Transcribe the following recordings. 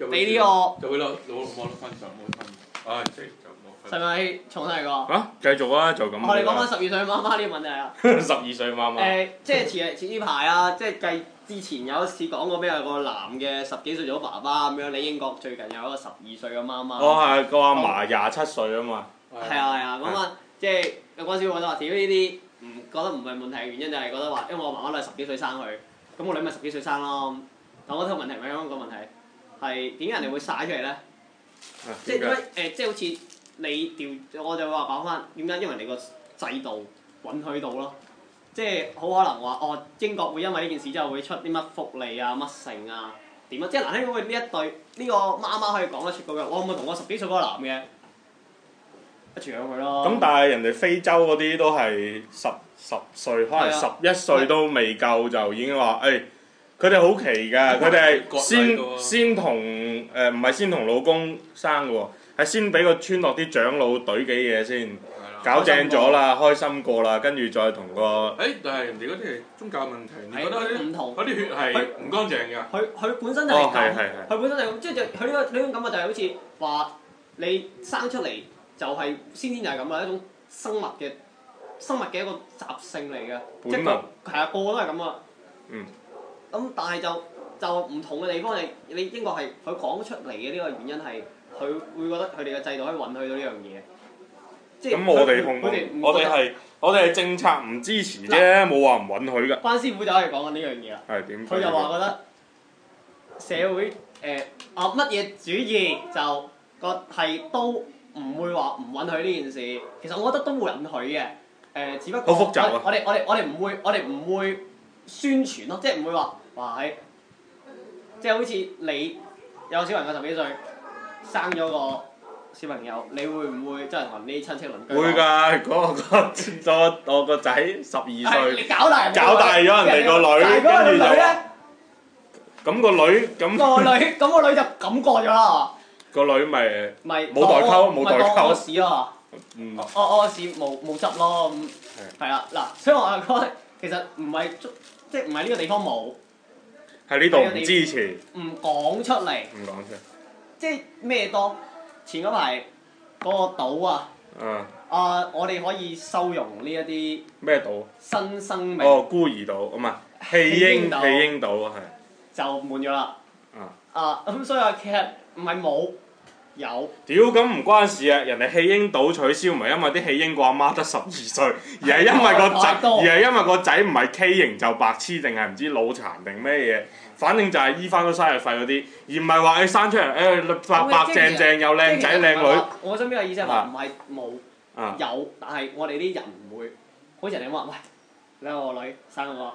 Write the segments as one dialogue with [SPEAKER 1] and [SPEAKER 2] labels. [SPEAKER 1] 就
[SPEAKER 2] 俾呢個
[SPEAKER 1] 就會攞攞網絡分上冇分，唉，即係就冇
[SPEAKER 2] 使
[SPEAKER 1] 分。
[SPEAKER 2] 唔使重新嚟過？
[SPEAKER 3] 啊，繼續啊，就咁。
[SPEAKER 2] 我哋哦講翻十二歲媽媽呢個問題啊！
[SPEAKER 3] 十二歲媽
[SPEAKER 2] 誒、
[SPEAKER 3] 媽，
[SPEAKER 2] 即係前前呢排啊，即係計之前有一次講過咩有個男嘅十幾歲做咗爸爸咁樣，你英國最近有一個十二歲嘅媽媽。
[SPEAKER 3] 我哦係個阿嫲廿七歲啊嘛，
[SPEAKER 1] Ờ.
[SPEAKER 2] 係啊係啊，咁啊，即係有嗰陣時我都話，屌呢啲唔覺得唔係問題嘅原因就係覺得話，因為我媽媽都係十幾歲生佢，咁我女咪十幾歲生咯。但我覺得個問題唔係香港個問題，係點解人哋會曬出嚟咧？
[SPEAKER 3] 啊
[SPEAKER 2] 哦即係
[SPEAKER 3] 點
[SPEAKER 2] 點
[SPEAKER 3] 解？
[SPEAKER 2] 解誒？即係好似你調，我就話講翻點解？因為你個制度允許到咯，即係好可能話哦，英國會因為呢件事之後會出啲乜福利啊、乜成啊點啊，即係難聽講佢呢一對呢、個媽媽可以講得出嗰句，我可唔可以同我十幾歲嗰個男嘅一齊養佢咯？
[SPEAKER 3] 咁但係人哋非洲嗰啲都係十十歲，可能十
[SPEAKER 2] 係
[SPEAKER 3] 一歲都未夠就已經話誒，佢哋好奇 㗎，佢哋係
[SPEAKER 1] 國內㗎
[SPEAKER 3] 先
[SPEAKER 1] 喎
[SPEAKER 3] 先同誒唔係先同老公生㗎喎，係先俾個村落啲長老懟幾嘢先，
[SPEAKER 2] 啊
[SPEAKER 1] 係啦。
[SPEAKER 3] 搞正咗啦，開心過啦，跟住再同個
[SPEAKER 1] 誒，但係人哋嗰啲係宗教問題，你覺得
[SPEAKER 2] 係
[SPEAKER 1] 啲
[SPEAKER 2] 唔同
[SPEAKER 1] 嗰啲血係唔乾淨㗎？
[SPEAKER 2] 佢佢本身就
[SPEAKER 3] 哦
[SPEAKER 2] 係
[SPEAKER 3] 係
[SPEAKER 2] 咁，
[SPEAKER 3] 係
[SPEAKER 2] 佢、本身就係咁，即係就佢呢個呢種感覺就係好似話你生出嚟就係先天就係咁啊啦，一種生物嘅生物嘅一個習性嚟嘅，
[SPEAKER 3] 本
[SPEAKER 2] 即係
[SPEAKER 3] 能
[SPEAKER 2] 個係啊，個個都係咁啊。
[SPEAKER 3] 嗯。
[SPEAKER 2] 咁但係就就唔同嘅地方係，你英國係佢講出嚟嘅呢個原因係佢會覺得佢哋嘅制度可以允許到呢樣嘢。即係
[SPEAKER 3] 咁我哋
[SPEAKER 2] 佢
[SPEAKER 3] 控
[SPEAKER 2] 佢哋唔
[SPEAKER 3] 我哋
[SPEAKER 2] 覺得
[SPEAKER 3] 係我哋係政策唔支持啫，冇話唔允許㗎。
[SPEAKER 2] 關師傅就係講緊呢樣嘢啦。
[SPEAKER 3] 係點？
[SPEAKER 2] 佢就話覺得社會誒啊乜嘢主義就個係都唔會話唔允許呢件事。其實我覺得都會允許嘅。誒、只不過
[SPEAKER 3] 好複雜啊
[SPEAKER 2] 我哋我哋我哋唔會我哋唔會宣傳咯，即係唔會話話係，即係好似你有小朋友十幾歲生咗個小朋友，你會唔會真係同人啲親戚鄰居講？
[SPEAKER 3] 會㗎，嗰、個我我個仔十二
[SPEAKER 2] 係
[SPEAKER 3] 歲
[SPEAKER 2] 你，搞大人哋個
[SPEAKER 3] 搞大咗人哋個女
[SPEAKER 2] 但係嗰個
[SPEAKER 3] 跟住就
[SPEAKER 2] 女咧
[SPEAKER 3] 咁個女
[SPEAKER 2] 個
[SPEAKER 3] 咁
[SPEAKER 2] 女咁個女就感覺咗啦。
[SPEAKER 3] 個女咪
[SPEAKER 2] 咪哦
[SPEAKER 3] 冇代溝冇代溝
[SPEAKER 2] 咪屙屎咯，
[SPEAKER 3] 嗯
[SPEAKER 2] 我屙屎冇冇執咯咁，係啦嗱， 所以我話講其實唔係足即係唔係呢個地方冇，唔
[SPEAKER 3] 喺呢度
[SPEAKER 2] 啊
[SPEAKER 3] 唔支持，
[SPEAKER 2] 講出嚟，
[SPEAKER 3] 唔講出嚟。
[SPEAKER 2] 即係咩當前嗰排嗰個島啊，
[SPEAKER 3] 啊，
[SPEAKER 2] 啊、我哋可以收容呢一啲
[SPEAKER 3] 咩島？
[SPEAKER 2] 新生命、
[SPEAKER 3] 哦，孤兒島唔係棄嬰
[SPEAKER 2] 棄嬰島
[SPEAKER 3] 棄嬰島係
[SPEAKER 2] 就滿咗啦，
[SPEAKER 3] 啊。
[SPEAKER 2] 啊咁、所以話其實唔係冇有，
[SPEAKER 3] 屌咁唔關事啊！人哋棄嬰島取消唔係因為啲棄嬰個阿媽得十二歲， 而係因為個
[SPEAKER 2] 太
[SPEAKER 3] 仔
[SPEAKER 2] 多
[SPEAKER 3] 而係因為個仔唔係畸形就白痴定係唔知腦殘定咩嘢，反正就係醫翻個生日費嗰啲，而唔係話誒生出嚟誒白白淨淨又靚仔
[SPEAKER 2] 即係其實唔係
[SPEAKER 3] 靚女
[SPEAKER 2] 話，我身邊啊嘅意思係話唔係冇。
[SPEAKER 3] 啊！
[SPEAKER 2] 有，但係我哋啲人唔會，好似人哋咁話，喂，你有個女生個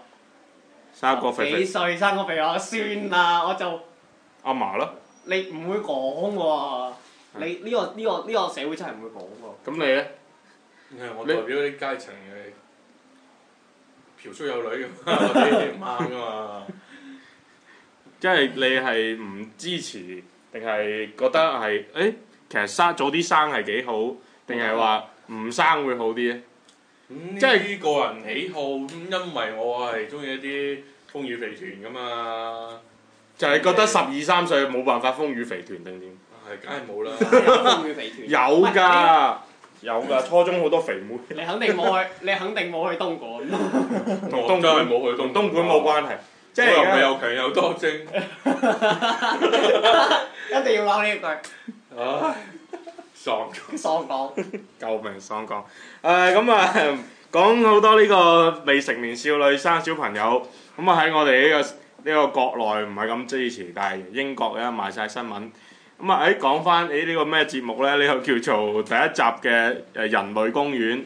[SPEAKER 3] 生一個肥
[SPEAKER 2] 幾
[SPEAKER 3] 肥
[SPEAKER 2] 歲生個肥我算啦，我就
[SPEAKER 3] 阿嫲咯，
[SPEAKER 2] 你唔會講喎，你呢、個呢、個呢、個社會真係唔會講 喎。
[SPEAKER 3] 咁你咧？
[SPEAKER 1] 係我
[SPEAKER 3] 你
[SPEAKER 1] 代表啲階層嘅嫖叔有 女㗎嘛，我哋唔啱㗎嘛。
[SPEAKER 3] 即係你係唔支持，定係覺得係誒、欸其實生早啲生係幾好，定係話唔生會好啲咧？
[SPEAKER 1] 即
[SPEAKER 3] 即係
[SPEAKER 1] 係個人喜好，咁因為我係中意一啲風雨肥團噶嘛，
[SPEAKER 3] 就係覺得十二三歲冇辦法風雨肥團定點？
[SPEAKER 1] 係梗係冇啦。
[SPEAKER 2] 有會肥團
[SPEAKER 3] 有㗎，有㗎，初中好多肥妹，
[SPEAKER 2] 你肯定冇去，你肯定冇去東莞。
[SPEAKER 3] 同
[SPEAKER 1] 我
[SPEAKER 3] 東
[SPEAKER 1] 真係
[SPEAKER 3] 莞
[SPEAKER 1] 冇去
[SPEAKER 3] 同
[SPEAKER 1] 東
[SPEAKER 3] 東莞冇關係。即
[SPEAKER 1] 即係又
[SPEAKER 3] 係
[SPEAKER 1] 唔係
[SPEAKER 3] 而
[SPEAKER 1] 又強又多精，
[SPEAKER 2] 一定要講呢
[SPEAKER 1] 唉，爽。
[SPEAKER 2] 句，爽講。
[SPEAKER 3] 家救命爽講誒咁啊，講好多呢個未成年少女生小朋友，咁啊喺我哋呢、個呢、個國內唔係咁支持，但係英國嘅賣晒新聞。咁啊，誒講翻誒呢個咩節目咧？呢、個叫做第一集嘅誒人類公園，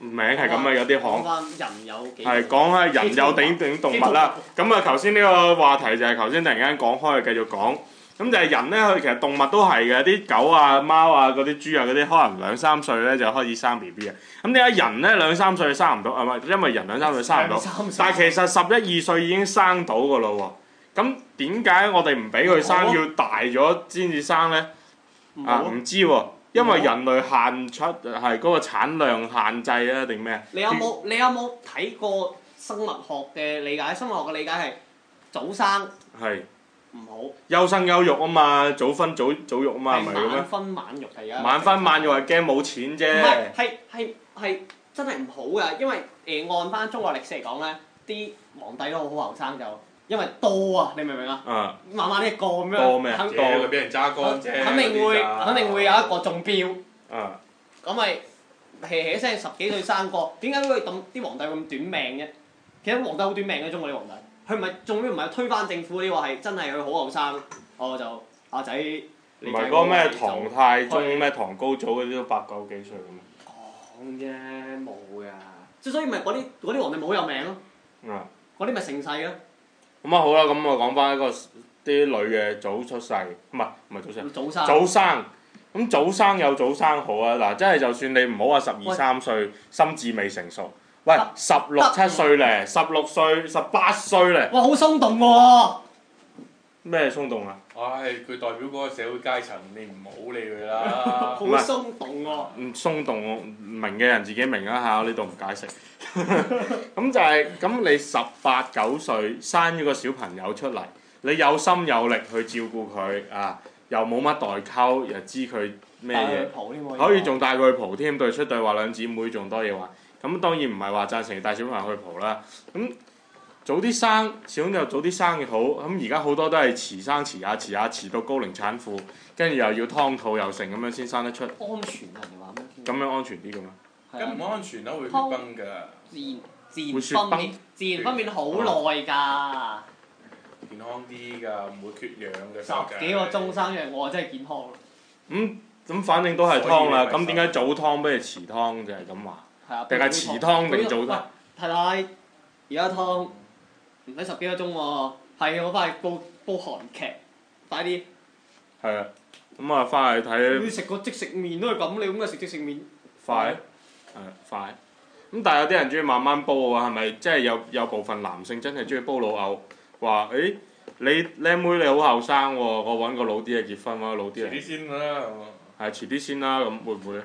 [SPEAKER 3] 名係咁嘅，有啲行
[SPEAKER 2] 講。翻人有幾？
[SPEAKER 3] 係講下人有頂頂動物啦。咁啊，頭先呢個話題就係頭先突然間講開，繼續講。咁就係人咧，佢其實動物都係嘅，啲狗啊、貓啊、嗰啲豬啊、嗰啲，可能兩三歲咧就開始生 B B 嘅。咁點解人咧兩三歲生唔到啊？唔係因為人兩三歲生唔到，
[SPEAKER 2] 三
[SPEAKER 3] 但係其實十一二歲已經生到噶咯喎。咁點解我哋唔俾佢生，
[SPEAKER 2] 唔好
[SPEAKER 3] 要大咗先至生咧？
[SPEAKER 2] 唔
[SPEAKER 3] 啊，
[SPEAKER 2] 好
[SPEAKER 3] 唔知喎、因為人類限出係嗰個產量限制啊，定咩？
[SPEAKER 2] 你有冇你有冇睇過生物學嘅理解？生物學嘅理解係早生
[SPEAKER 3] 係
[SPEAKER 2] 唔好。
[SPEAKER 3] 優生優育啊嘛，早婚早早育啊嘛，唔係
[SPEAKER 2] 係
[SPEAKER 3] 嘅咩
[SPEAKER 2] 晚？婚晚育係啊。
[SPEAKER 3] 晚婚晚育係驚冇錢
[SPEAKER 2] 唔係
[SPEAKER 3] 啫，
[SPEAKER 2] 係係係真係唔好㗎，因為誒、按翻中國歷史嚟講咧，啲皇帝都好後生就，因為多啊，你明唔明啊？
[SPEAKER 3] 嗯，
[SPEAKER 2] 慢慢一個咁樣，
[SPEAKER 3] 多咩
[SPEAKER 2] 肯
[SPEAKER 1] 嘢佢俾人揸乾啫，
[SPEAKER 2] 肯定會
[SPEAKER 1] 嗰啲就
[SPEAKER 2] 肯定會有一個中標。
[SPEAKER 3] 嗯，
[SPEAKER 2] 咁咪嘿嘿聲十幾歲生個，點解會咁啲皇帝會咁短命嘅？其實皇帝好短命嘅，中國啲皇帝，佢唔係仲要唔係推翻政府呢個係真係佢好後生，我就阿仔，
[SPEAKER 3] 唔
[SPEAKER 2] 你
[SPEAKER 3] 係
[SPEAKER 2] 就
[SPEAKER 3] 嗰個咩唐太宗
[SPEAKER 2] 係
[SPEAKER 3] 咩唐高祖嗰啲都八九幾歲咁嘛，
[SPEAKER 2] 講啫，冇㗎，即係所以咪嗰啲嗰啲皇帝咪好有命咯，
[SPEAKER 3] 嗯，
[SPEAKER 2] 嗰啲咪盛世咯，
[SPEAKER 3] 咁啊好啦，咁我講翻一個啲女嘅早出世，唔係唔係早
[SPEAKER 2] 早
[SPEAKER 3] 出世。
[SPEAKER 2] 生。
[SPEAKER 3] 啊早生，咁早生有早生好啊！嗱，真係就算你唔好話十二
[SPEAKER 2] 喂
[SPEAKER 3] 三歲，心智未成熟，喂
[SPEAKER 2] 得，
[SPEAKER 3] 十六
[SPEAKER 2] 得
[SPEAKER 3] 七歲咧，十六歲、十八歲咧，
[SPEAKER 2] 哇，好鬆動喎！
[SPEAKER 3] 咩衝動啊？
[SPEAKER 1] 唉，佢代表嗰個社會階層，你唔好理佢啦
[SPEAKER 2] 好。
[SPEAKER 3] 唔係
[SPEAKER 2] 鬆動喎！
[SPEAKER 3] 嗯，鬆動，我唔明嘅人自己明啦嚇，我呢度唔解釋。 咁就係、咁，你十八九歲生咗個小朋友出嚟，你有心有力去照顧佢啊，又冇乜代溝，又知佢咩
[SPEAKER 2] 但係
[SPEAKER 3] 嘢
[SPEAKER 2] 佢。抱添喎
[SPEAKER 3] 可以
[SPEAKER 2] 呢個
[SPEAKER 3] 仲帶佢去蒲添，對出對話兩姊妹仲多嘢玩。咁當然唔係話贊成帶小朋友去蒲啦。咁早啲生，小朋友早啲生嘅好。咁而家好多都係遲生遲下遲下遲到高齡產婦，跟住又要劏肚又成咁樣先生得出，
[SPEAKER 2] 安全啊！人哋話咩？
[SPEAKER 3] 咁樣安全啲噶嘛？
[SPEAKER 2] 係啊
[SPEAKER 1] 咁唔安全啦，會血崩㗎，
[SPEAKER 2] 自然自
[SPEAKER 3] 會雪
[SPEAKER 2] 然
[SPEAKER 3] 崩啊
[SPEAKER 2] 分娩，自然分娩好耐㗎。
[SPEAKER 1] 健康啲㗎，唔會缺氧嘅。
[SPEAKER 2] 十幾個中生嘅我真係健康啦，
[SPEAKER 3] 咁、咁反正都係劏啦。
[SPEAKER 1] 所以
[SPEAKER 3] 咁
[SPEAKER 1] 你咪
[SPEAKER 3] 點解早劏不如遲劏就係咁話？
[SPEAKER 2] 係啊。
[SPEAKER 3] 定係遲湯定早湯？
[SPEAKER 2] 太太，而家湯唔使十幾個鐘喎，係我翻去煲煲韓劇，快啲！
[SPEAKER 3] 係啊。咁啊，翻去睇
[SPEAKER 2] 你食個即食麵都係咁，你咁嘅食即食麵，
[SPEAKER 3] 快，係快。咁但係有啲人中意慢慢煲啊，係咪？即係有有部分男性真係中意煲老藕，話誒、咦你靚妹你好後生喎，我揾個老啲嘅結婚，揾個老啲
[SPEAKER 1] 遲啲
[SPEAKER 3] 嘅，
[SPEAKER 1] 先啦，係嘛
[SPEAKER 3] 係遲啲先啦，咁會唔會咧？啊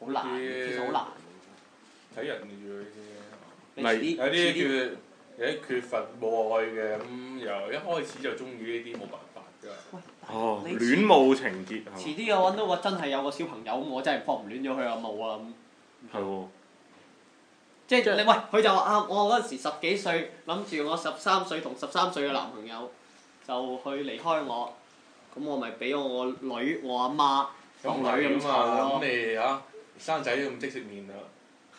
[SPEAKER 2] 好難，
[SPEAKER 1] 啲
[SPEAKER 2] 其實好難。
[SPEAKER 1] 睇人嘅
[SPEAKER 2] 你遲啲
[SPEAKER 1] 啫。有
[SPEAKER 2] 遲啲
[SPEAKER 1] 啲叫有啲缺乏母愛嘅，咁又一開始就中意呢啲冇辦法㗎。
[SPEAKER 3] 哦，
[SPEAKER 2] 你
[SPEAKER 3] 戀母情結
[SPEAKER 2] 遲
[SPEAKER 3] 係
[SPEAKER 2] 啲我揾到個真係有個小朋友，咁我真係放唔亂咗佢啊冇啊咁。
[SPEAKER 3] 喎，係喎，
[SPEAKER 2] 即
[SPEAKER 3] 即
[SPEAKER 2] 係
[SPEAKER 3] 係
[SPEAKER 2] 你喂，佢就話啊，我嗰陣時十幾歲，諗住我十三歲同十三歲嘅男朋友就去離開我，咁我咪俾我女我阿媽
[SPEAKER 1] 咁
[SPEAKER 2] 當
[SPEAKER 1] 唔係
[SPEAKER 2] 女咁
[SPEAKER 1] 㗎嘛，
[SPEAKER 2] 湊咯
[SPEAKER 1] 咁。你嚇生仔都咁即食面啦。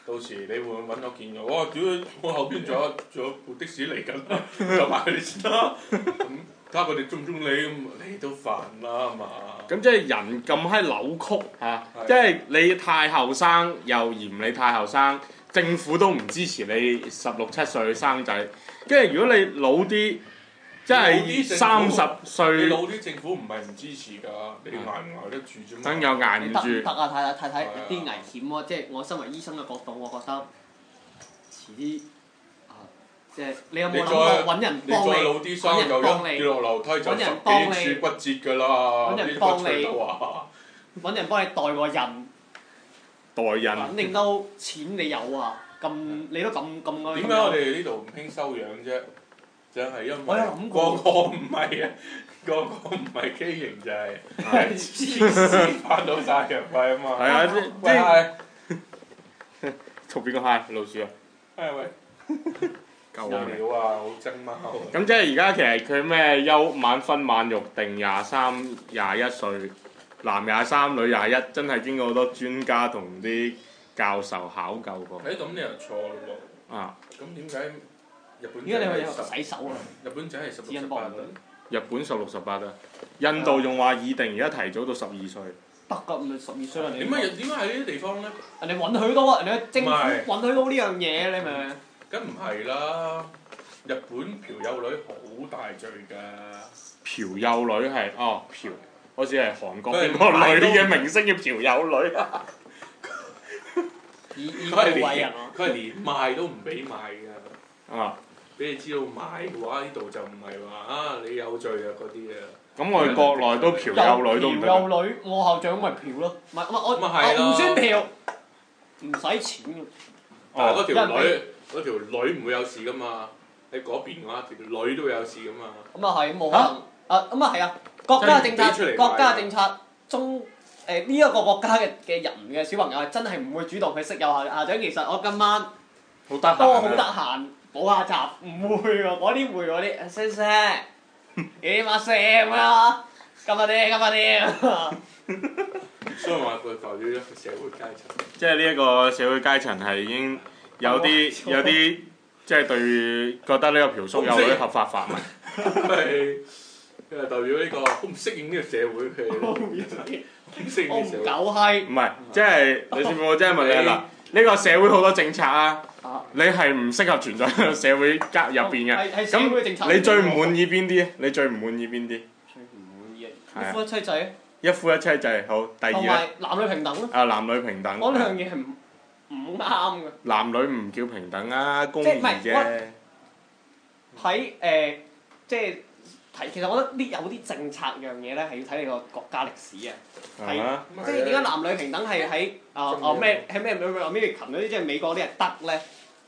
[SPEAKER 1] 到時你會唔會揾我見我，哇！屌我後邊仲有仲有部的士嚟 緊，就埋佢哋先啦。咁睇下佢哋中唔中你咁，你都煩啦係嘛？
[SPEAKER 3] 咁即係人咁閪扭曲嚇、啊
[SPEAKER 1] 係
[SPEAKER 3] 即係你太後生又嫌你太後生，政府都唔支持你十六七歲生仔，跟住如果你老啲，即
[SPEAKER 1] 老
[SPEAKER 3] 係
[SPEAKER 1] 啲政府
[SPEAKER 3] 三十
[SPEAKER 1] 你
[SPEAKER 3] 歲。
[SPEAKER 1] 老啲政府唔係唔支持㗎，你捱唔捱得住啫嘛。
[SPEAKER 3] 等又捱唔
[SPEAKER 2] 你得唔得
[SPEAKER 3] 住，
[SPEAKER 2] 啊？太太太太
[SPEAKER 1] 係啊
[SPEAKER 2] 有啲危險喎，即係我身為醫生嘅角度，我覺得遲啲啊，即係你有冇
[SPEAKER 1] 你
[SPEAKER 2] 諗
[SPEAKER 1] 再
[SPEAKER 2] 過揾人
[SPEAKER 1] 你再
[SPEAKER 2] 幫
[SPEAKER 1] 老
[SPEAKER 2] 你？
[SPEAKER 1] 啲生又一跌落樓梯就十幾處骨折㗎啦，呢個吹到話
[SPEAKER 2] 揾人幫你代個人，
[SPEAKER 3] 代
[SPEAKER 2] 肯
[SPEAKER 3] 孕
[SPEAKER 2] 定都錢你有啊！咁你都咁咁嘅。
[SPEAKER 1] 點解我哋呢度唔興收養啫？就係因
[SPEAKER 2] 我
[SPEAKER 1] 為
[SPEAKER 2] 有諗
[SPEAKER 1] 個
[SPEAKER 2] 過
[SPEAKER 1] 個唔係啊，個個唔係畸形就係
[SPEAKER 3] 係
[SPEAKER 1] 黐線翻到晒藥費啊
[SPEAKER 3] 係
[SPEAKER 1] 嘛。
[SPEAKER 3] 啊，即即
[SPEAKER 1] 喂係
[SPEAKER 3] 嘈邊個嗨老鼠啊，
[SPEAKER 1] 係喂，
[SPEAKER 3] 救
[SPEAKER 1] 無
[SPEAKER 3] 我哋！
[SPEAKER 1] 聊啊，好憎貓啊。
[SPEAKER 3] 咁即係而家其實佢咩休晚婚晚育定廿三廿一歲，男廿三女廿一，真係經過好多專家同啲教授考究過
[SPEAKER 1] 誒哎咁你又錯咯
[SPEAKER 3] 啊！
[SPEAKER 1] 喎，咁點解日本
[SPEAKER 2] 點解你
[SPEAKER 1] 仔
[SPEAKER 2] 去
[SPEAKER 1] 係十
[SPEAKER 2] 洗手啊？
[SPEAKER 1] 日本仔係十
[SPEAKER 2] 知
[SPEAKER 1] 六十
[SPEAKER 2] 恩
[SPEAKER 1] 八
[SPEAKER 2] 幫
[SPEAKER 1] 歲
[SPEAKER 2] 唔？
[SPEAKER 3] 日本十六十八啊，印度仲話已定，而家提早到十二歲，
[SPEAKER 2] 得㗎，唔係十二歲啊啦你。
[SPEAKER 1] 點解人點解喺呢啲地方咧？
[SPEAKER 2] 人哋允許到啊，人哋政府
[SPEAKER 1] 唔係
[SPEAKER 2] 允許到呢樣嘢，你明唔明？
[SPEAKER 1] 梗唔係啦，日本嫖幼女好大罪㗎，
[SPEAKER 3] 嫖幼女係哦嫖，好似係韓國邊個女嘅明星叫嫖幼女啊？
[SPEAKER 2] 以以
[SPEAKER 1] 佢係
[SPEAKER 2] 佢為
[SPEAKER 1] 連
[SPEAKER 2] 人啊，
[SPEAKER 1] 佢係連賣都唔俾賣㗎。
[SPEAKER 3] 啊！
[SPEAKER 1] 俾你知道賣嘅話，呢度就唔係話啊你有罪啊嗰啲啊。
[SPEAKER 3] 咁我哋國內都嫖幼女都唔得。
[SPEAKER 2] 又女，我校長咪嫖咯，唔係唔係我啊
[SPEAKER 1] 咪係咯
[SPEAKER 2] 我唔算嫖，唔使錢嘅，
[SPEAKER 1] 但係嗰
[SPEAKER 3] 哦
[SPEAKER 1] 條女
[SPEAKER 2] 因
[SPEAKER 1] 嗰條女唔會有事㗎嘛。喺嗰邊嘅話，條女都有事噶嘛。
[SPEAKER 2] 咁啊係，冇可能啊咁啊係啊，國家政
[SPEAKER 1] 真係唔俾出
[SPEAKER 2] 策
[SPEAKER 1] 嚟
[SPEAKER 2] 國家政策中誒呢一個國家嘅嘅人嘅小朋友係真係唔會主動去識有校校長。其實我今晚
[SPEAKER 3] 好得
[SPEAKER 2] 哦都好
[SPEAKER 3] 閒
[SPEAKER 2] 得
[SPEAKER 3] 啊！
[SPEAKER 2] 閒補下習，唔會喎，嗰啲會嗰 啲先生，你把聲啊，今日啲今
[SPEAKER 1] 所以話佢代表一個社會階層。
[SPEAKER 3] 即係呢一個社會階層係已經有
[SPEAKER 2] 哦
[SPEAKER 3] 啲有啲即係對覺得呢個嫖宿有啲合法 化，
[SPEAKER 1] 因為因為代表呢個好唔適應呢個社會，佢哋好
[SPEAKER 2] 日啲，
[SPEAKER 1] 唔適應
[SPEAKER 2] 我
[SPEAKER 1] 呢
[SPEAKER 2] 唔
[SPEAKER 1] 個社會。
[SPEAKER 2] 狗閪
[SPEAKER 3] 唔係即係你知唔知我即係問你啊嗱？呢個社會好多政策啊，
[SPEAKER 2] 啊！
[SPEAKER 3] 你係唔適合存在喺個社會格入邊嘅。
[SPEAKER 2] 係係社會政策
[SPEAKER 3] 咁你最唔滿意邊啲？你最唔滿意邊啲？
[SPEAKER 2] 最唔滿意
[SPEAKER 3] 係啊
[SPEAKER 2] 嘅，一夫一妻制，
[SPEAKER 3] 一夫一妻制好，第二
[SPEAKER 2] 啊同
[SPEAKER 3] 咧
[SPEAKER 2] 埋男女平等咯，
[SPEAKER 3] 啊男女平等，啊
[SPEAKER 2] 嗰兩樣嘢係唔唔啱嘅。
[SPEAKER 3] 男女唔叫平等啊，公
[SPEAKER 2] 即係
[SPEAKER 3] 義
[SPEAKER 2] 唔係
[SPEAKER 3] 啫。
[SPEAKER 2] 喺誒、呃即係睇，其實我覺得呢有啲政策樣嘢咧係要睇你個國家歷史嘅。
[SPEAKER 3] 係啊，
[SPEAKER 2] 即係點解男女平等係喺啊啊咩喺咩 American 嗰啲即係美國嗰啲係得咧？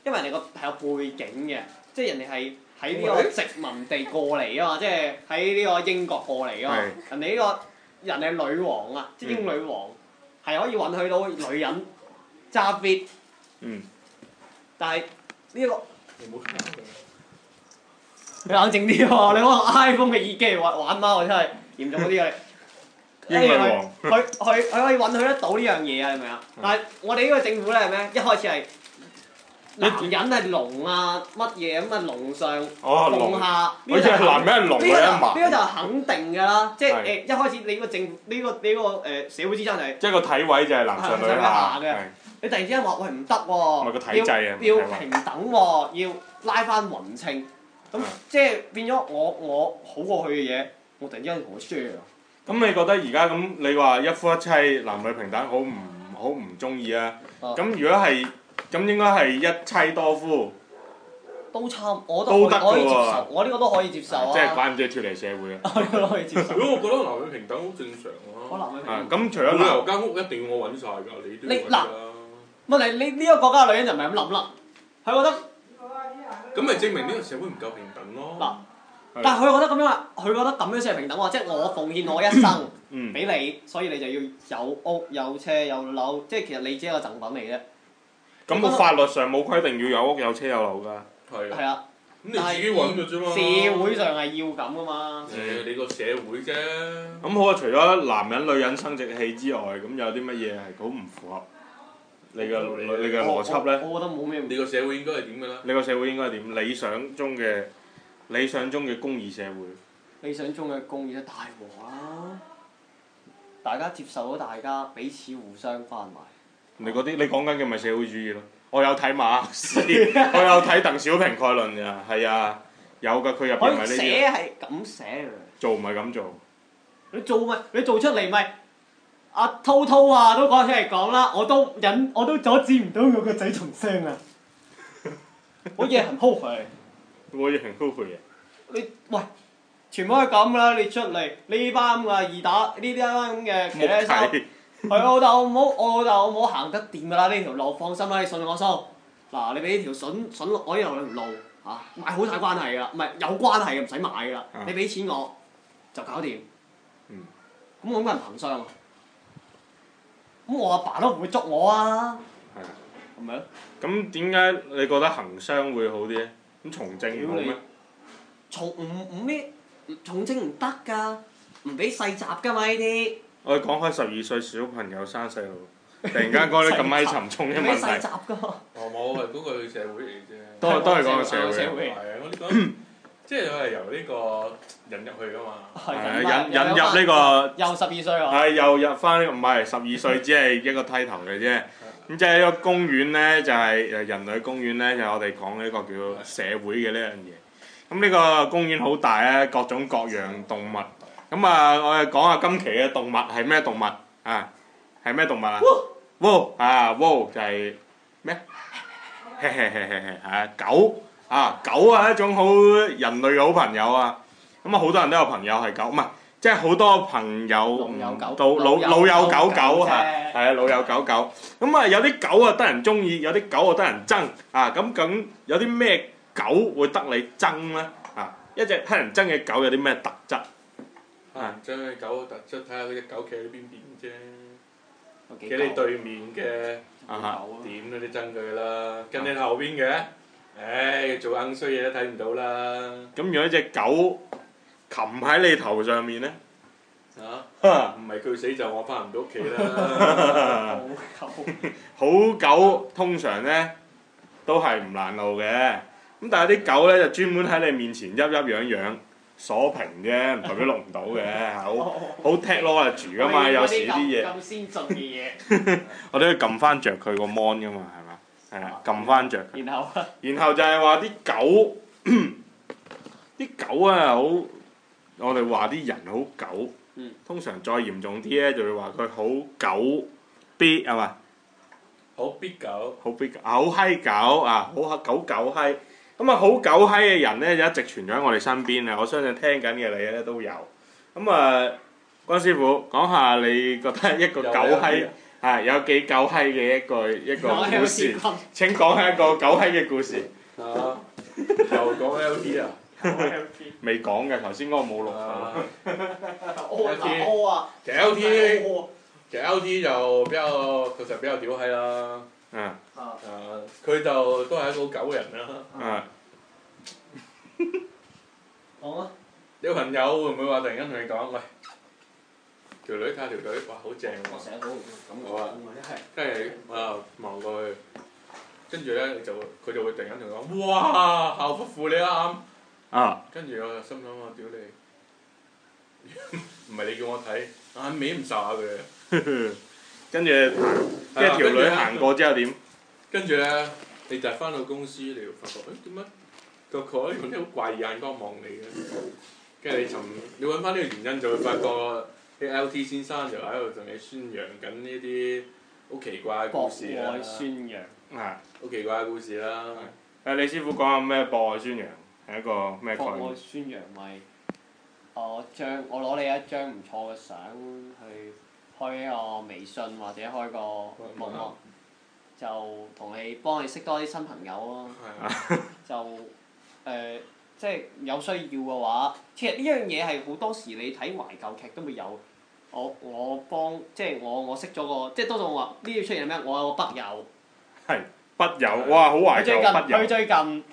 [SPEAKER 2] 因為人哋個係有背景嘅，即係人哋係喺呢
[SPEAKER 3] 哦
[SPEAKER 2] 個殖民地過嚟啊嘛，即係喺呢個英國過嚟啊嘛。人哋呢個人哋女王啊，
[SPEAKER 3] 嗯
[SPEAKER 2] 即係英女王係可以允許到女人揸 fit，
[SPEAKER 3] 嗯，
[SPEAKER 2] 但係呢個
[SPEAKER 1] 你唔好啊鬧佢
[SPEAKER 2] 你冷靜啲喎，你攞個 iPhone 嘅耳機嚟玩玩啦，我真係嚴重嗰啲啊！你
[SPEAKER 3] 英女王
[SPEAKER 2] 佢佢佢可以允許得到呢樣嘢啊，係咪啊？
[SPEAKER 3] 嗯
[SPEAKER 2] 但係我哋呢個政府咧係咩？一開始係男人係龍啊，乜嘢咁啊，龍上
[SPEAKER 3] 哦龍
[SPEAKER 2] 龍下，呢
[SPEAKER 3] 好
[SPEAKER 2] 個
[SPEAKER 3] 似
[SPEAKER 2] 就
[SPEAKER 3] 係
[SPEAKER 2] 肯
[SPEAKER 3] 男人龍女一啊
[SPEAKER 2] 呢個就呢個
[SPEAKER 3] 盲，
[SPEAKER 2] 就肯定㗎啦，即
[SPEAKER 3] 係
[SPEAKER 2] 係誒一開始你個政呢個呢個誒社會之爭就係
[SPEAKER 3] 即係個體位就係男上女下
[SPEAKER 2] 係男上女啊下嘅
[SPEAKER 3] 係
[SPEAKER 2] 你突然之間話喂唔得
[SPEAKER 3] 咪
[SPEAKER 2] 喎，
[SPEAKER 3] 個體制啊
[SPEAKER 2] 要
[SPEAKER 3] 唔係
[SPEAKER 2] 要
[SPEAKER 3] 話
[SPEAKER 2] 平等喎，要拉翻勻稱，咁
[SPEAKER 3] 啊
[SPEAKER 2] 即係變咗我我好過佢嘅嘢，我突然之間同佢 share 啊
[SPEAKER 3] 咁你覺得而家咁你話一夫一妻男女平等好唔好唔中意啊？
[SPEAKER 2] 啊
[SPEAKER 3] 咁如果係咁應該係一妻多夫，
[SPEAKER 2] 都差唔我
[SPEAKER 3] 都
[SPEAKER 2] 都
[SPEAKER 3] 得
[SPEAKER 2] 可以我可以
[SPEAKER 3] 㗎
[SPEAKER 2] 接
[SPEAKER 3] 喎
[SPEAKER 2] 受，我呢個都可以接受啊，
[SPEAKER 3] 即係怪唔之脱離社會啊！
[SPEAKER 2] 哦我呢個都可以接受，
[SPEAKER 1] 如果我覺得男女平等好正常
[SPEAKER 2] 可
[SPEAKER 1] 啊。
[SPEAKER 2] 能會
[SPEAKER 3] 啊
[SPEAKER 2] 平等。
[SPEAKER 3] 咁除
[SPEAKER 1] 冇
[SPEAKER 3] 咗
[SPEAKER 1] 理
[SPEAKER 3] 男
[SPEAKER 1] 由間屋一定要我揾晒㗎，你都
[SPEAKER 2] 你
[SPEAKER 1] 要揾
[SPEAKER 2] 嗱
[SPEAKER 1] 㗎。
[SPEAKER 2] 乜你呢呢個國家嘅女人就唔係咁諗啦，佢覺得
[SPEAKER 1] 咁咪證明呢個社會唔夠平等
[SPEAKER 2] 嗱
[SPEAKER 1] 咯。
[SPEAKER 3] 係
[SPEAKER 2] 但係佢覺得咁樣啊，佢覺得咁樣先係平等喎，即係我奉獻我一 生
[SPEAKER 3] 嗯
[SPEAKER 2] 俾你，所以你就要有屋有車有樓，即係其實你只係一個贈品嚟啫，
[SPEAKER 3] 咁
[SPEAKER 2] 啊
[SPEAKER 3] 個法律上冇規定要有屋有車有樓㗎，
[SPEAKER 1] 係啊。
[SPEAKER 2] 係啊。
[SPEAKER 1] 咁你自己揾㗎啫嘛。
[SPEAKER 2] 社會上係要咁噶嘛。
[SPEAKER 1] 誒，你個社會啫。
[SPEAKER 3] 咁好啊！除咗男人女人生殖器之外，咁有啲乜嘢係好唔符合你嘅你嘅邏輯呢？
[SPEAKER 2] 我我覺得冇咩唔
[SPEAKER 1] 你個社會應該係點㗎啦？
[SPEAKER 3] 你個社會應該係點？理想中嘅理想中嘅公義社會，
[SPEAKER 2] 理想中嘅公義都大和啦，大家接受到大家彼此互相關懷。
[SPEAKER 3] 你嗰啲你講緊嘅咪社會主義咯。我有睇馬克 思，我有睇鄧小平概論㗎，係啊，有㗎，佢入邊
[SPEAKER 2] 佢
[SPEAKER 3] 咪呢啲
[SPEAKER 2] 寫啊係咁寫嘅，
[SPEAKER 3] 做唔係咁做，
[SPEAKER 2] 你做咪你做出嚟咪阿滔滔啊都講出嚟講啦，我都忍我都阻止唔到我個仔重生啊！我嘢很後悔。
[SPEAKER 3] 我亦係高配嘅。
[SPEAKER 2] 你喂，全部都係咁啦！你出嚟呢班咁嘅二打呢啲咁嘅騎呢
[SPEAKER 3] 冇
[SPEAKER 2] 手。
[SPEAKER 3] 睇，
[SPEAKER 2] 佢 老豆唔好，啊我老豆唔好行得掂㗎啦！呢條路放心啦，你信我蘇。嗱，你俾呢條筍筍我呢條路嚇、買好晒關係㗎啦，唔係有關係嘅唔使買㗎啦
[SPEAKER 3] 啊，
[SPEAKER 2] 你俾錢我就搞掂。
[SPEAKER 3] 嗯。
[SPEAKER 2] 咁我咁嘅人行商啊？咁我阿爸都唔會捉我啊，
[SPEAKER 3] 係啊。
[SPEAKER 2] 係咪啊？
[SPEAKER 3] 咁點解你覺得行商會好啲咧？咁從政唔好咩？
[SPEAKER 2] 從唔唔咩從政唔得㗎，唔俾細閘㗎嘛呢啲，
[SPEAKER 3] 我哋講開十二歲小朋友生細 路，突然間講啲咁咪沉重
[SPEAKER 2] 唔
[SPEAKER 3] 嘅
[SPEAKER 2] 俾細
[SPEAKER 3] 問題，
[SPEAKER 2] 閘㗎。
[SPEAKER 1] 我冇係嗰個係社會嚟啫。
[SPEAKER 3] 都係都係講個
[SPEAKER 2] 係
[SPEAKER 3] 社
[SPEAKER 2] 社
[SPEAKER 3] 會。
[SPEAKER 2] 會
[SPEAKER 1] 係啊，我呢個即係佢係由呢個引入去㗎嘛。
[SPEAKER 2] 係
[SPEAKER 3] 係啊
[SPEAKER 2] 咁啊
[SPEAKER 3] 引引入呢個
[SPEAKER 2] 又十二歲啊喎，
[SPEAKER 3] 係又入翻唔係十二歲，只係一個梯頭 嘅啫。咁即係一個公園呢，就係、誒人類公園呢，就係我哋講呢個叫社會嘅呢樣嘢。咁呢個公園好大啊，各種各樣動物。咁啊，我哋講下今期嘅動物係咩動物啊？係咩動物啊？喎啊喎就係咩？嘿嘿嘿嘿嘿啊狗啊狗啊一種好人類嘅好朋友啊！咁啊好多人都有朋友係狗，唔係即係好多朋友
[SPEAKER 2] 老友狗
[SPEAKER 3] 到老
[SPEAKER 2] 老
[SPEAKER 3] 老
[SPEAKER 2] 友
[SPEAKER 3] 友
[SPEAKER 2] 狗
[SPEAKER 3] 狗狗
[SPEAKER 2] 啫
[SPEAKER 3] 嚇，係啊老友狗狗。咁啊有啲狗啊得人中意，有啲狗啊得人憎啊！咁咁有啲咩狗會得你憎呢？啊，一隻乞人憎嘅狗有啲咩特質？
[SPEAKER 1] 啊，將只狗突出，睇下嗰只狗企喺邊邊啫。
[SPEAKER 2] 有幾
[SPEAKER 1] 企你
[SPEAKER 2] 嚿
[SPEAKER 1] 對面嘅
[SPEAKER 3] 啊哈
[SPEAKER 2] 有幾嚿啊
[SPEAKER 1] 點都啲憎佢啦，跟你後邊嘅，唉，做硬衰嘢都睇唔到啦。
[SPEAKER 3] 咁如果一隻狗擒喺你頭上面呢？
[SPEAKER 1] 啊，
[SPEAKER 3] 哈
[SPEAKER 1] 唔係佢死就我翻唔到屋企啦。
[SPEAKER 2] 好嚿
[SPEAKER 3] 好狗通常呢都係唔攔路嘅，咁但係啲狗呢就專門喺你面前鬱鬱攘攘鎖屏啫，唔代表錄唔到嘅，好
[SPEAKER 2] 哦
[SPEAKER 3] 好 technology 噶嘛，
[SPEAKER 2] 喂
[SPEAKER 3] 有時
[SPEAKER 2] 嗰
[SPEAKER 3] 啲嘢。
[SPEAKER 2] 咁咁先進嘅
[SPEAKER 3] 我都要撳翻着佢個 mon 噶嘛，係嘛？係啦，撳翻着佢。
[SPEAKER 2] 嘢，然後
[SPEAKER 3] 然後就係話啲狗， 啲狗啊好，我哋話啲人好狗。
[SPEAKER 2] 嗯
[SPEAKER 3] 通常再嚴重啲咧，就會話佢好狗逼啊嘛，
[SPEAKER 1] 好逼狗，
[SPEAKER 3] 好逼好閪狗啊，好狗狗閪。咁啊，好狗閪嘅人咧就一直存在喺我哋身邊啊！我相信聽緊嘅你咧都有。咁啊，關師傅講下你覺得一個狗閪係有幾狗閪嘅一個一個
[SPEAKER 2] 我
[SPEAKER 3] 故
[SPEAKER 2] 有
[SPEAKER 3] 事
[SPEAKER 2] 視。頻，
[SPEAKER 3] 請講下一個狗閪嘅故事。
[SPEAKER 1] 啊，又講 L D 啊，
[SPEAKER 2] 我有 視
[SPEAKER 3] 未講嘅，頭先嗰個冇錄到。
[SPEAKER 1] 啊
[SPEAKER 2] 我我啊，
[SPEAKER 1] 其實 L T
[SPEAKER 2] 我
[SPEAKER 1] 其實 L T 就比較確實比較屌閪啦。
[SPEAKER 3] 嗯
[SPEAKER 2] 啊
[SPEAKER 1] 啊，佢就都係一個好狗嘅人啦。
[SPEAKER 3] 嗯，
[SPEAKER 2] 講啊，
[SPEAKER 1] 有朋友會唔會話突然間同你講，喂，條女睇下條女，哇，好正
[SPEAKER 2] 我
[SPEAKER 1] 喎！
[SPEAKER 2] 成日都咁
[SPEAKER 1] 好啊
[SPEAKER 2] 真係
[SPEAKER 1] 跟住你啊望過去，跟住咧你就會佢就會突然間同你講，哇，校服褲你啱。
[SPEAKER 3] 啊，
[SPEAKER 1] 跟住我就心諗我屌你，唔係你叫 我睇，眼尾唔睄下佢。 啊
[SPEAKER 3] 跟住即係條女行過之後點？
[SPEAKER 1] 跟住咧，你就係翻到公司，你會發覺，誒點解個佢用啲好怪異眼光望你嘅？跟住你尋你揾翻呢個原因，就會發覺啲 LT 先生就喺度同你宣揚緊呢啲好奇怪嘅
[SPEAKER 2] 國
[SPEAKER 1] 故事啦
[SPEAKER 2] 外，宣揚，
[SPEAKER 3] 啊，
[SPEAKER 1] 好奇怪嘅故事啦。
[SPEAKER 3] 誒李師傅講下咩博愛宣揚係一個咩概
[SPEAKER 2] 國外
[SPEAKER 3] 念？
[SPEAKER 2] 宣揚咪我將我攞你一張唔錯嘅相去開呢個微信或者開個網絡，就同你幫你識多啲新朋友咯。
[SPEAKER 1] 係啊，
[SPEAKER 2] 就誒、呃即係有需要嘅話，其實呢樣嘢係好多時你睇懷舊劇都會有。我我幫即係我我識咗個，即係多數我話呢啲出現係咩？我有個筆友，
[SPEAKER 3] 不友，哇，好懷
[SPEAKER 2] 佢最
[SPEAKER 3] 舊
[SPEAKER 2] 近
[SPEAKER 3] 不
[SPEAKER 2] 佢
[SPEAKER 3] 友。
[SPEAKER 2] 最近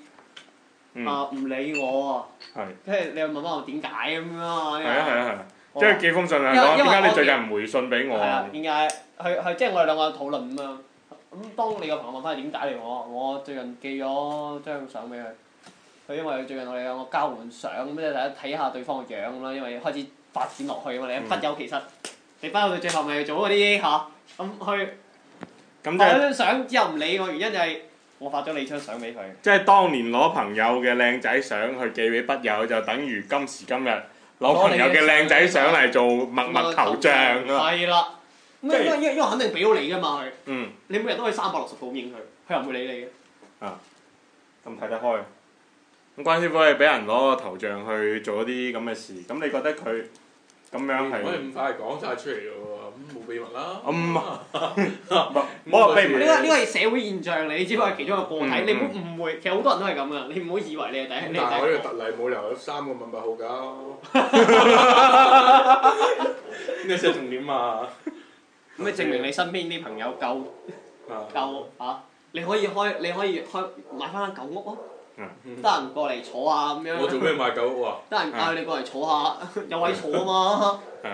[SPEAKER 3] 嗯，
[SPEAKER 2] 啊唔理我啊，
[SPEAKER 3] 係
[SPEAKER 2] 跟住你又問翻我點解咁樣啊？
[SPEAKER 3] 係啊係啊係啊，
[SPEAKER 2] 我
[SPEAKER 3] 即
[SPEAKER 2] 話
[SPEAKER 3] 係寄封信嚟
[SPEAKER 2] 因為
[SPEAKER 3] 講，
[SPEAKER 2] 因為
[SPEAKER 3] 點解你
[SPEAKER 2] 我
[SPEAKER 3] 最近唔回信俾我
[SPEAKER 2] 係啊
[SPEAKER 3] 啊？，
[SPEAKER 2] 點解？佢佢即係我哋兩個討論咁樣。咁當你個朋友問翻佢點解你我，我最近寄咗張相俾佢。佢因為最近我哋兩個交換相咁即係大家睇下對方個樣咁啦，因為開始發展落去啊嘛，你
[SPEAKER 3] 嗯
[SPEAKER 2] 筆友其 實你翻到最後咪做嗰啲嚇，咁佢
[SPEAKER 3] 咁即
[SPEAKER 2] 發咗
[SPEAKER 3] 係
[SPEAKER 2] 張相之後唔理我，原因就係我發咗你張相俾佢。
[SPEAKER 3] 即係當年攞朋友嘅靚仔相去寄俾筆友，就等於今時今日攞朋友嘅靚仔相嚟做默默頭像啊！
[SPEAKER 2] 係啦，咁因
[SPEAKER 3] 即係
[SPEAKER 2] 為因為因為肯定俾到你㗎嘛佢，
[SPEAKER 3] 嗯，
[SPEAKER 2] 你每日都可以三百六十度咁影佢，佢又唔會理你嘅。
[SPEAKER 3] 咁睇得開。咁關師傅你俾人攞個頭像去做一啲咁嘅事，咁你覺得佢咁
[SPEAKER 1] 我
[SPEAKER 3] 樣
[SPEAKER 1] 哋
[SPEAKER 3] 係？
[SPEAKER 1] 咁快講晒出嚟嘅喎，咁冇秘密啦。
[SPEAKER 3] 嗯
[SPEAKER 1] 啊
[SPEAKER 3] 冇話秘
[SPEAKER 2] 呢個
[SPEAKER 3] 密
[SPEAKER 2] 呢個係社會現象嚟，你只不過係其中一個個體，
[SPEAKER 3] 嗯
[SPEAKER 2] 你唔好誤會。其實好多人都係咁噶，你唔好以為你係第一，
[SPEAKER 1] 咁
[SPEAKER 2] 你
[SPEAKER 1] 但係
[SPEAKER 2] 係
[SPEAKER 1] 我
[SPEAKER 2] 第一
[SPEAKER 1] 呢個
[SPEAKER 2] 個。
[SPEAKER 1] 特例冇理由有三個問白號 㗎。呢個重點啊！
[SPEAKER 2] 咁咪證明你身邊啲朋友夠
[SPEAKER 1] 啊
[SPEAKER 2] 夠嚇，你可以開你可以開買翻間舊屋啊
[SPEAKER 3] 嗯，
[SPEAKER 2] 得閒過嚟坐下咁
[SPEAKER 1] 我做
[SPEAKER 2] 樣，
[SPEAKER 1] 咩買狗屋啊？
[SPEAKER 2] 得閒嗌你過嚟坐下， 有位坐啊 嘛。
[SPEAKER 1] 屌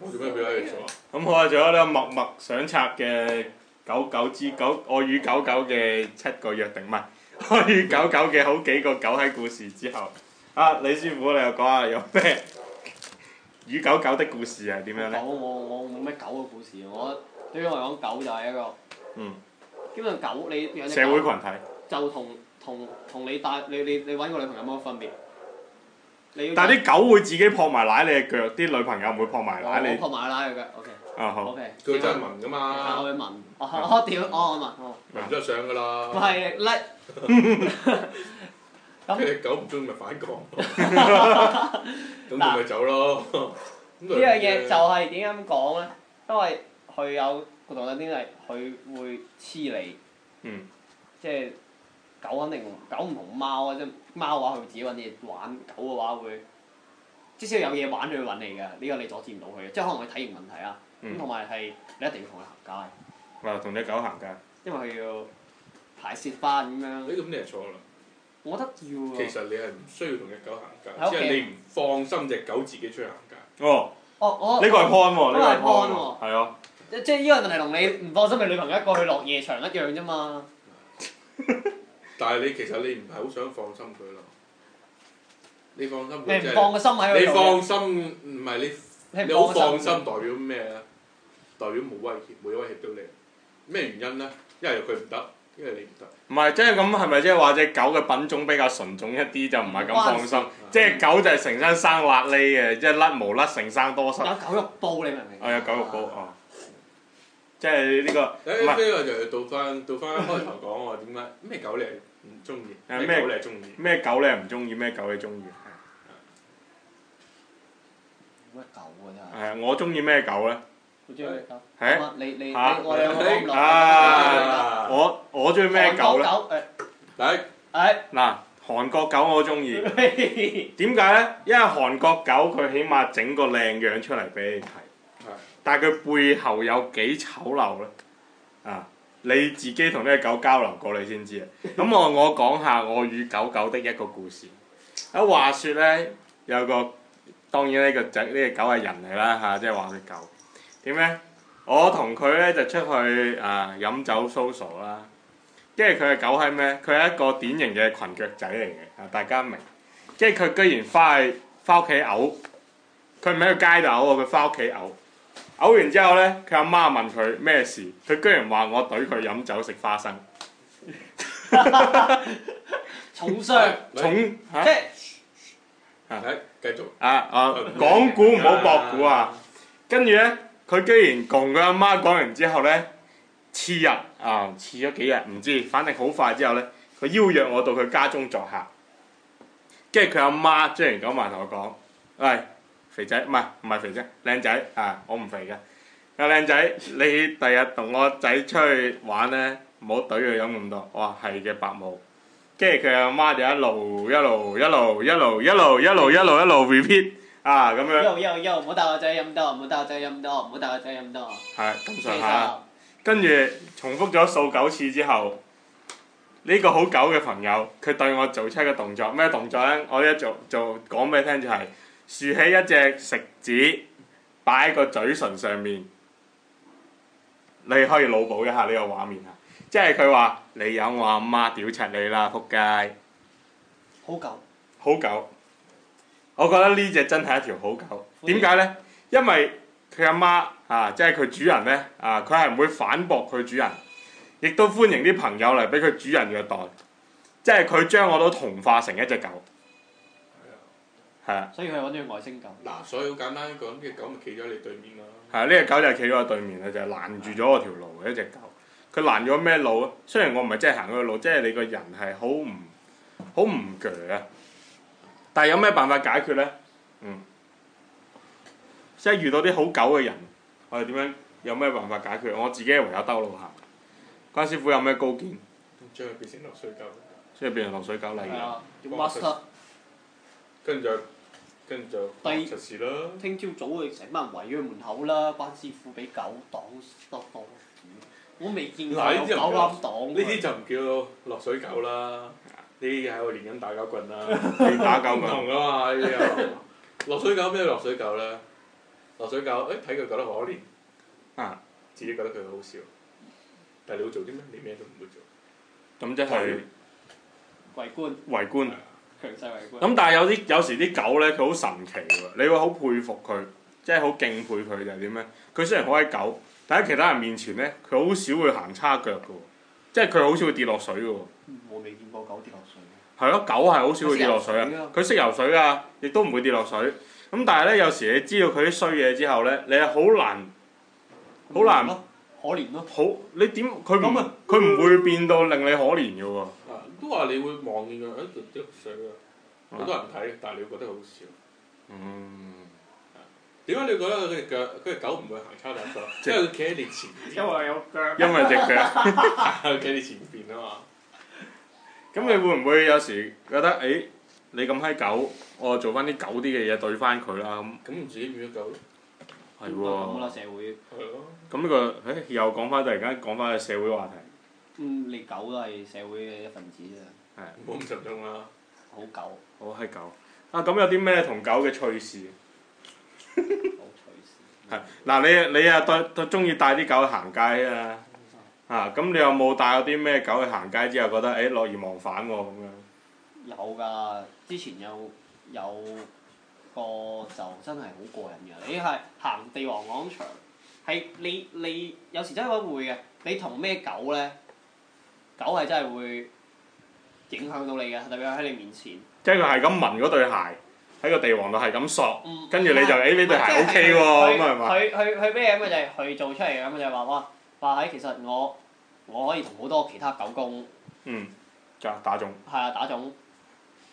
[SPEAKER 1] 我做咩俾你做啊？
[SPEAKER 3] 咁好啊！仲有呢個默默想拆嘅九九之九，我與狗狗嘅七個約定，唔係 我與狗狗嘅好幾個狗喺故事之後。啊，李師傅你又講下有咩 與狗狗的故事係點樣
[SPEAKER 2] 狗
[SPEAKER 3] 呢？
[SPEAKER 2] 我我冇咩狗嘅故事，啊我對於我嚟講，狗就係一個
[SPEAKER 3] 嗯，
[SPEAKER 2] 基本上狗你養隻
[SPEAKER 3] 社會
[SPEAKER 2] 狗
[SPEAKER 3] 群體。
[SPEAKER 2] 就同同同你帶你你你揾個女朋友冇乜分別。你要
[SPEAKER 3] 但係啲狗會自己撲埋奶你嘅腳，啲女朋友唔會撲埋
[SPEAKER 2] 我
[SPEAKER 3] 奶你。
[SPEAKER 2] 我撲埋拉佢嘅，OK
[SPEAKER 3] 啊哦好，
[SPEAKER 2] OK。
[SPEAKER 1] 佢真係文㗎
[SPEAKER 2] 啊！我
[SPEAKER 1] 嘛，
[SPEAKER 2] 會問，我我屌，哦我我問，我
[SPEAKER 1] 文咗上㗎啦。
[SPEAKER 2] 唔係 叻，
[SPEAKER 1] 跟
[SPEAKER 2] 咁
[SPEAKER 1] 住狗唔中意咪 反抗，咁佢咪走咯。呢
[SPEAKER 2] 呢樣嘢就係點解咁講咧？因為佢有個動物天係佢會黐你，
[SPEAKER 3] 嗯
[SPEAKER 2] 即係狗肯定唔狗唔同貓啊，即係貓嘅話佢會自己揾嘢玩，狗嘅話會至少有嘢玩佢會揾你嘅，呢個你阻止唔到佢嘅，即係可能佢體型問題啊。咁
[SPEAKER 3] 嗯
[SPEAKER 2] 同埋係你一定要同佢行街，
[SPEAKER 3] 話啊同只狗行街，
[SPEAKER 2] 因為佢要排泄翻咁樣。
[SPEAKER 1] 誒咁你係錯啦。
[SPEAKER 2] 我覺得要啊。
[SPEAKER 1] 其實你係唔需要同只狗行
[SPEAKER 2] 喺屋
[SPEAKER 1] 街，
[SPEAKER 2] 企
[SPEAKER 1] 即係你唔放心只狗自己出去行街。
[SPEAKER 3] 哦，
[SPEAKER 2] 哦，我
[SPEAKER 3] 呢個係 point 喎，呢個係
[SPEAKER 2] 呢個係
[SPEAKER 3] point
[SPEAKER 2] point
[SPEAKER 3] 喎，係啊，
[SPEAKER 2] 即即係呢個問題同你唔放心你女朋友一個去落夜場一樣啫嘛。
[SPEAKER 1] 但係你其實你唔係好想放心佢咯。你放心
[SPEAKER 2] 你
[SPEAKER 1] 佢
[SPEAKER 2] 唔
[SPEAKER 1] 即
[SPEAKER 2] 放
[SPEAKER 1] 係
[SPEAKER 2] 個心喺
[SPEAKER 1] 你
[SPEAKER 2] 佢度
[SPEAKER 1] 放心，唔係你
[SPEAKER 2] 嘅，
[SPEAKER 1] 你
[SPEAKER 2] 你唔
[SPEAKER 1] 好
[SPEAKER 2] 放
[SPEAKER 1] 放
[SPEAKER 2] 個
[SPEAKER 1] 心代
[SPEAKER 2] 心。
[SPEAKER 1] 表咩咧？代表冇威脅，冇威脅到你。咩原因咧？因為佢唔得，因為你唔得。
[SPEAKER 3] 唔係即係咁係咪即係話只狗嘅品種比較純種一啲就唔係咁放心？即係狗就係成身生辣痢嘅，即係甩毛甩成生多虱。
[SPEAKER 2] 有狗肉煲，你明唔明？
[SPEAKER 3] 啊有狗肉煲哦，即係呢個
[SPEAKER 1] 誒
[SPEAKER 3] 唔
[SPEAKER 1] 呢
[SPEAKER 3] 係
[SPEAKER 1] 個就要倒翻倒翻開頭講我點解咩狗你係唔中意，
[SPEAKER 3] 誒
[SPEAKER 1] 咩
[SPEAKER 3] 咩
[SPEAKER 1] 狗你係中意？
[SPEAKER 3] 咩狗你係唔中意，咩狗你中意？
[SPEAKER 2] 乜狗啊真係
[SPEAKER 3] 係啊，我中意咩狗咧？
[SPEAKER 2] 好中意咩狗？
[SPEAKER 3] 係啊
[SPEAKER 2] 咁你你你
[SPEAKER 3] 嚇
[SPEAKER 2] 我兩個講唔落。
[SPEAKER 1] à.
[SPEAKER 3] 啊我我中意咩狗
[SPEAKER 2] 韓國
[SPEAKER 3] 咧？
[SPEAKER 2] 狗？誒
[SPEAKER 1] 嚟
[SPEAKER 2] 誒
[SPEAKER 3] 嗱，韓國狗我中意。
[SPEAKER 2] 嘿
[SPEAKER 3] 點解咧？因為韓國狗佢起碼整個靚樣出嚟俾你睇，
[SPEAKER 1] 係
[SPEAKER 3] 但係佢背後有幾醜陋咧？啊，你自己同呢只狗交流過你先知啊。咁我我講下我與狗狗的一個故事。啊，話說咧，有個當然呢個仔呢只狗係人嚟啦嚇，即係話只狗點咧？我同佢咧就出去啊飲酒 social 啦，跟住佢嘅狗係咩？佢係一個典型嘅裙腳仔嚟嘅，啊大家明。跟住佢居然翻去翻屋企嘔，佢唔喺個街度嘔喎，佢翻屋企嘔。嘔完之後咧，佢阿媽問佢咩事，佢居然話我懟佢飲酒食花生，
[SPEAKER 2] 重傷，
[SPEAKER 1] 嚟
[SPEAKER 3] 重嚇
[SPEAKER 2] 即係
[SPEAKER 1] 嚟繼續。
[SPEAKER 3] 啊啊啊！講古唔好博古啊！跟住咧，佢居然同佢阿媽講完之後咧，次日啊，次咗幾日唔知，反正好快之後咧，佢邀約我到佢家中作客。跟住佢阿媽居然講埋同我講：，喂、肥仔，唔係唔係肥仔，靚仔啊，我唔肥嘅。啊，靚仔，你第日同我仔出去玩咧，唔好懟佢飲咁多。我話係嘅，伯母。跟住佢阿媽就一路一路一路一路一路一路一路一路 repeat 啊咁樣，
[SPEAKER 2] 又又又唔好帶我仔飲多，唔好帶我仔飲多，唔好帶我仔飲多。
[SPEAKER 3] 係咁上
[SPEAKER 2] 其
[SPEAKER 3] 下。
[SPEAKER 2] 實
[SPEAKER 3] 跟住重複咗數九次之後，呢、個好狗嘅朋友，佢對我做出一個動作，咩動作呢？我一做做講俾你聽就係、豎起一隻食指，擺喺個嘴唇上面。你可以腦補一下呢個畫面啊！即係佢話：你有我阿媽屌柒你啦，仆街！
[SPEAKER 2] 好狗，
[SPEAKER 3] 好狗，我覺得呢只真係一條好狗。點解呢？因為佢阿媽啊，即係佢主人呢，啊，佢係唔會反駁佢主人，亦都歡迎啲朋友嚟俾佢主人虐待，即係佢將我都同化成一隻狗，係啊，
[SPEAKER 2] 所以佢揾咗外星狗。
[SPEAKER 1] 嗱，所以好簡單講，隻狗咪企咗喺你對面咯。
[SPEAKER 3] 係啊，呢只狗就係企咗我對面啊啦，就係攔住咗我條路嘅一隻狗。佢攔咗咩路啊？雖然我唔係真係行嗰個路，即係你個人係好唔好唔鋸啊！但係有咩辦法解決呢？嗯，即係遇到啲好狗嘅人，我哋點樣有咩辦法解決？我自己係唯有兜路行。關師傅有咩高見？
[SPEAKER 1] 將佢變成落水狗，
[SPEAKER 3] 所以變成落水狗嚟
[SPEAKER 2] 係
[SPEAKER 3] 嘅。
[SPEAKER 2] 啊，master。
[SPEAKER 1] 跟住就跟住就
[SPEAKER 2] 第
[SPEAKER 1] 出事啦。
[SPEAKER 2] 聽朝早佢成班人圍咗佢門口啦，關師傅俾狗擋擋擋。我未見過有
[SPEAKER 1] 嗱呢啲
[SPEAKER 2] 狗啱擋。
[SPEAKER 1] 呢啲就唔叫落水狗啦，呢啲喺度練緊打狗棍啦，
[SPEAKER 3] 你打狗
[SPEAKER 1] 唔同
[SPEAKER 3] 棍，
[SPEAKER 1] 噶嘛呢啲又。落水狗咩叫落水狗咧？落水狗，誒睇佢覺得可憐，
[SPEAKER 3] 啊，
[SPEAKER 1] 自己覺得佢好笑，但係你會做啲咩？你咩都唔會做。
[SPEAKER 3] 咁即係
[SPEAKER 2] 圍觀，
[SPEAKER 3] 圍觀。
[SPEAKER 2] 強勢圍觀。
[SPEAKER 3] 咁但係有啲有時啲狗咧，佢好神奇喎，你會好佩服佢，即係好敬佩佢就係點咧？佢雖然好閪狗，但喺其他人面前咧，佢好少會行叉腳嘅喎，即係佢好少會跌落水嘅喎。
[SPEAKER 2] 我未見過狗跌落水。
[SPEAKER 3] 係咯，狗係好少會跌落水啊
[SPEAKER 2] 佢識游水㗎！
[SPEAKER 3] 佢識游水㗎，亦都唔會跌落水。咁但係咧，有時你知道佢啲衰嘢之後咧，你係好難好難
[SPEAKER 2] 咯，可憐咯。
[SPEAKER 3] 好，你點佢
[SPEAKER 2] 咁
[SPEAKER 3] 唔
[SPEAKER 2] 啊
[SPEAKER 3] 佢唔會變到令你可憐嘅喎。
[SPEAKER 1] 啊，都話你會望見佢，誒度啲水啊，好多人睇，但係你會覺得好笑。
[SPEAKER 3] 嗯，
[SPEAKER 1] 點解你覺得佢隻腳佢隻狗唔會行差踏錯？因為佢企喺你 前邊。
[SPEAKER 2] 有腳。
[SPEAKER 3] 因為隻腳
[SPEAKER 1] 佢企你前邊啊嘛。
[SPEAKER 3] 咁你會唔會有時覺得誒、咦你咁閪狗，我做翻啲狗啲嘅嘢對翻佢啦咁？
[SPEAKER 1] 咁唔自己變咗狗咯，
[SPEAKER 3] 係
[SPEAKER 2] 應該嗯咁啊啦，
[SPEAKER 3] 喎，
[SPEAKER 2] 社會，
[SPEAKER 1] 係咯。
[SPEAKER 3] 咁呢、個誒、又講翻突然間講翻個社會話題，
[SPEAKER 2] 嗯，你狗都係社會嘅一份子啫，
[SPEAKER 1] 唔好咁沉重啦。
[SPEAKER 2] 好狗，
[SPEAKER 3] 好閪狗啊！咁有啲咩同狗嘅趣事？
[SPEAKER 2] 好趣事。
[SPEAKER 3] 係嗱，你你啊對對中意帶啲狗去行街啊？啊，咁你有冇帶嗰啲咩狗去行街之後覺得誒樂而忘返喎咁樣？
[SPEAKER 2] 有㗎，之前有有個就真係好過癮嘅，你係行地王廣場，係你你有時真係會嘅，你同咩狗呢？狗係真係會影響到你嘅，特別係喺你面前。
[SPEAKER 3] 即係佢係咁聞嗰對鞋喺個地王度係咁索
[SPEAKER 2] 嗯，
[SPEAKER 3] 跟住你就誒呢對
[SPEAKER 2] 唔係啊
[SPEAKER 3] 鞋 O
[SPEAKER 2] 即係
[SPEAKER 3] K 喎
[SPEAKER 2] 佢
[SPEAKER 3] 咁啊係嘛？
[SPEAKER 2] 佢佢佢咩咁嘅就係佢做出嚟嘅咁嘅就係話哇話喺其實我我可以同好多其他狗公
[SPEAKER 3] 嗯，就打中
[SPEAKER 2] 係啊打種，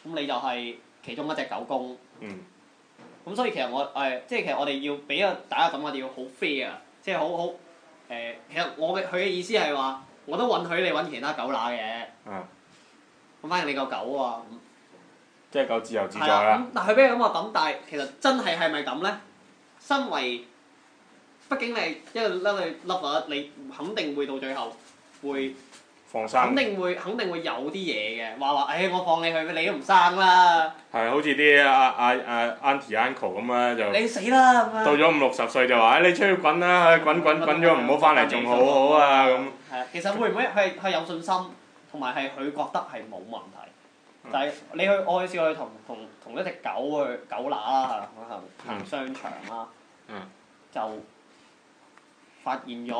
[SPEAKER 2] 咁你就係其中一隻狗公。
[SPEAKER 3] 嗯。
[SPEAKER 2] 咁所以其實我誒、即係其實我哋要俾個大家感覺，我哋要好 fair 啊，即係好好誒。其實我嘅佢嘅意思係話，我都允許你揾其他狗乸嘅。
[SPEAKER 3] 啊
[SPEAKER 2] 咁反而你個狗啊，
[SPEAKER 3] 即係夠自由自在啊
[SPEAKER 2] 係啦。
[SPEAKER 3] 啦。
[SPEAKER 2] 咁但係佢俾你咁話咁，但係其實真係係咪咁咧？身為，畢竟你一路甩去甩啊，你肯定會到最後會
[SPEAKER 3] 放生
[SPEAKER 2] 肯定會肯定會有啲嘢嘅，話話誒我放你去，你都唔生啦，
[SPEAKER 3] 係好似啲阿阿阿 auntie uncle 咁啊，就
[SPEAKER 2] 你死啊啦咁樣。
[SPEAKER 3] 到咗五六十歲就話：，唉，哎你出去滾啦，滾滾滾咗唔好翻嚟，仲好好啊咁。。
[SPEAKER 2] 係啊，其實會唔會佢係佢有信心，同埋係佢覺得係冇問題。
[SPEAKER 3] 嗯
[SPEAKER 2] 就係你去，我去試過去同同同一隻狗去狗乸啦，可能行商場啦，
[SPEAKER 3] 嗯
[SPEAKER 2] 就發現咗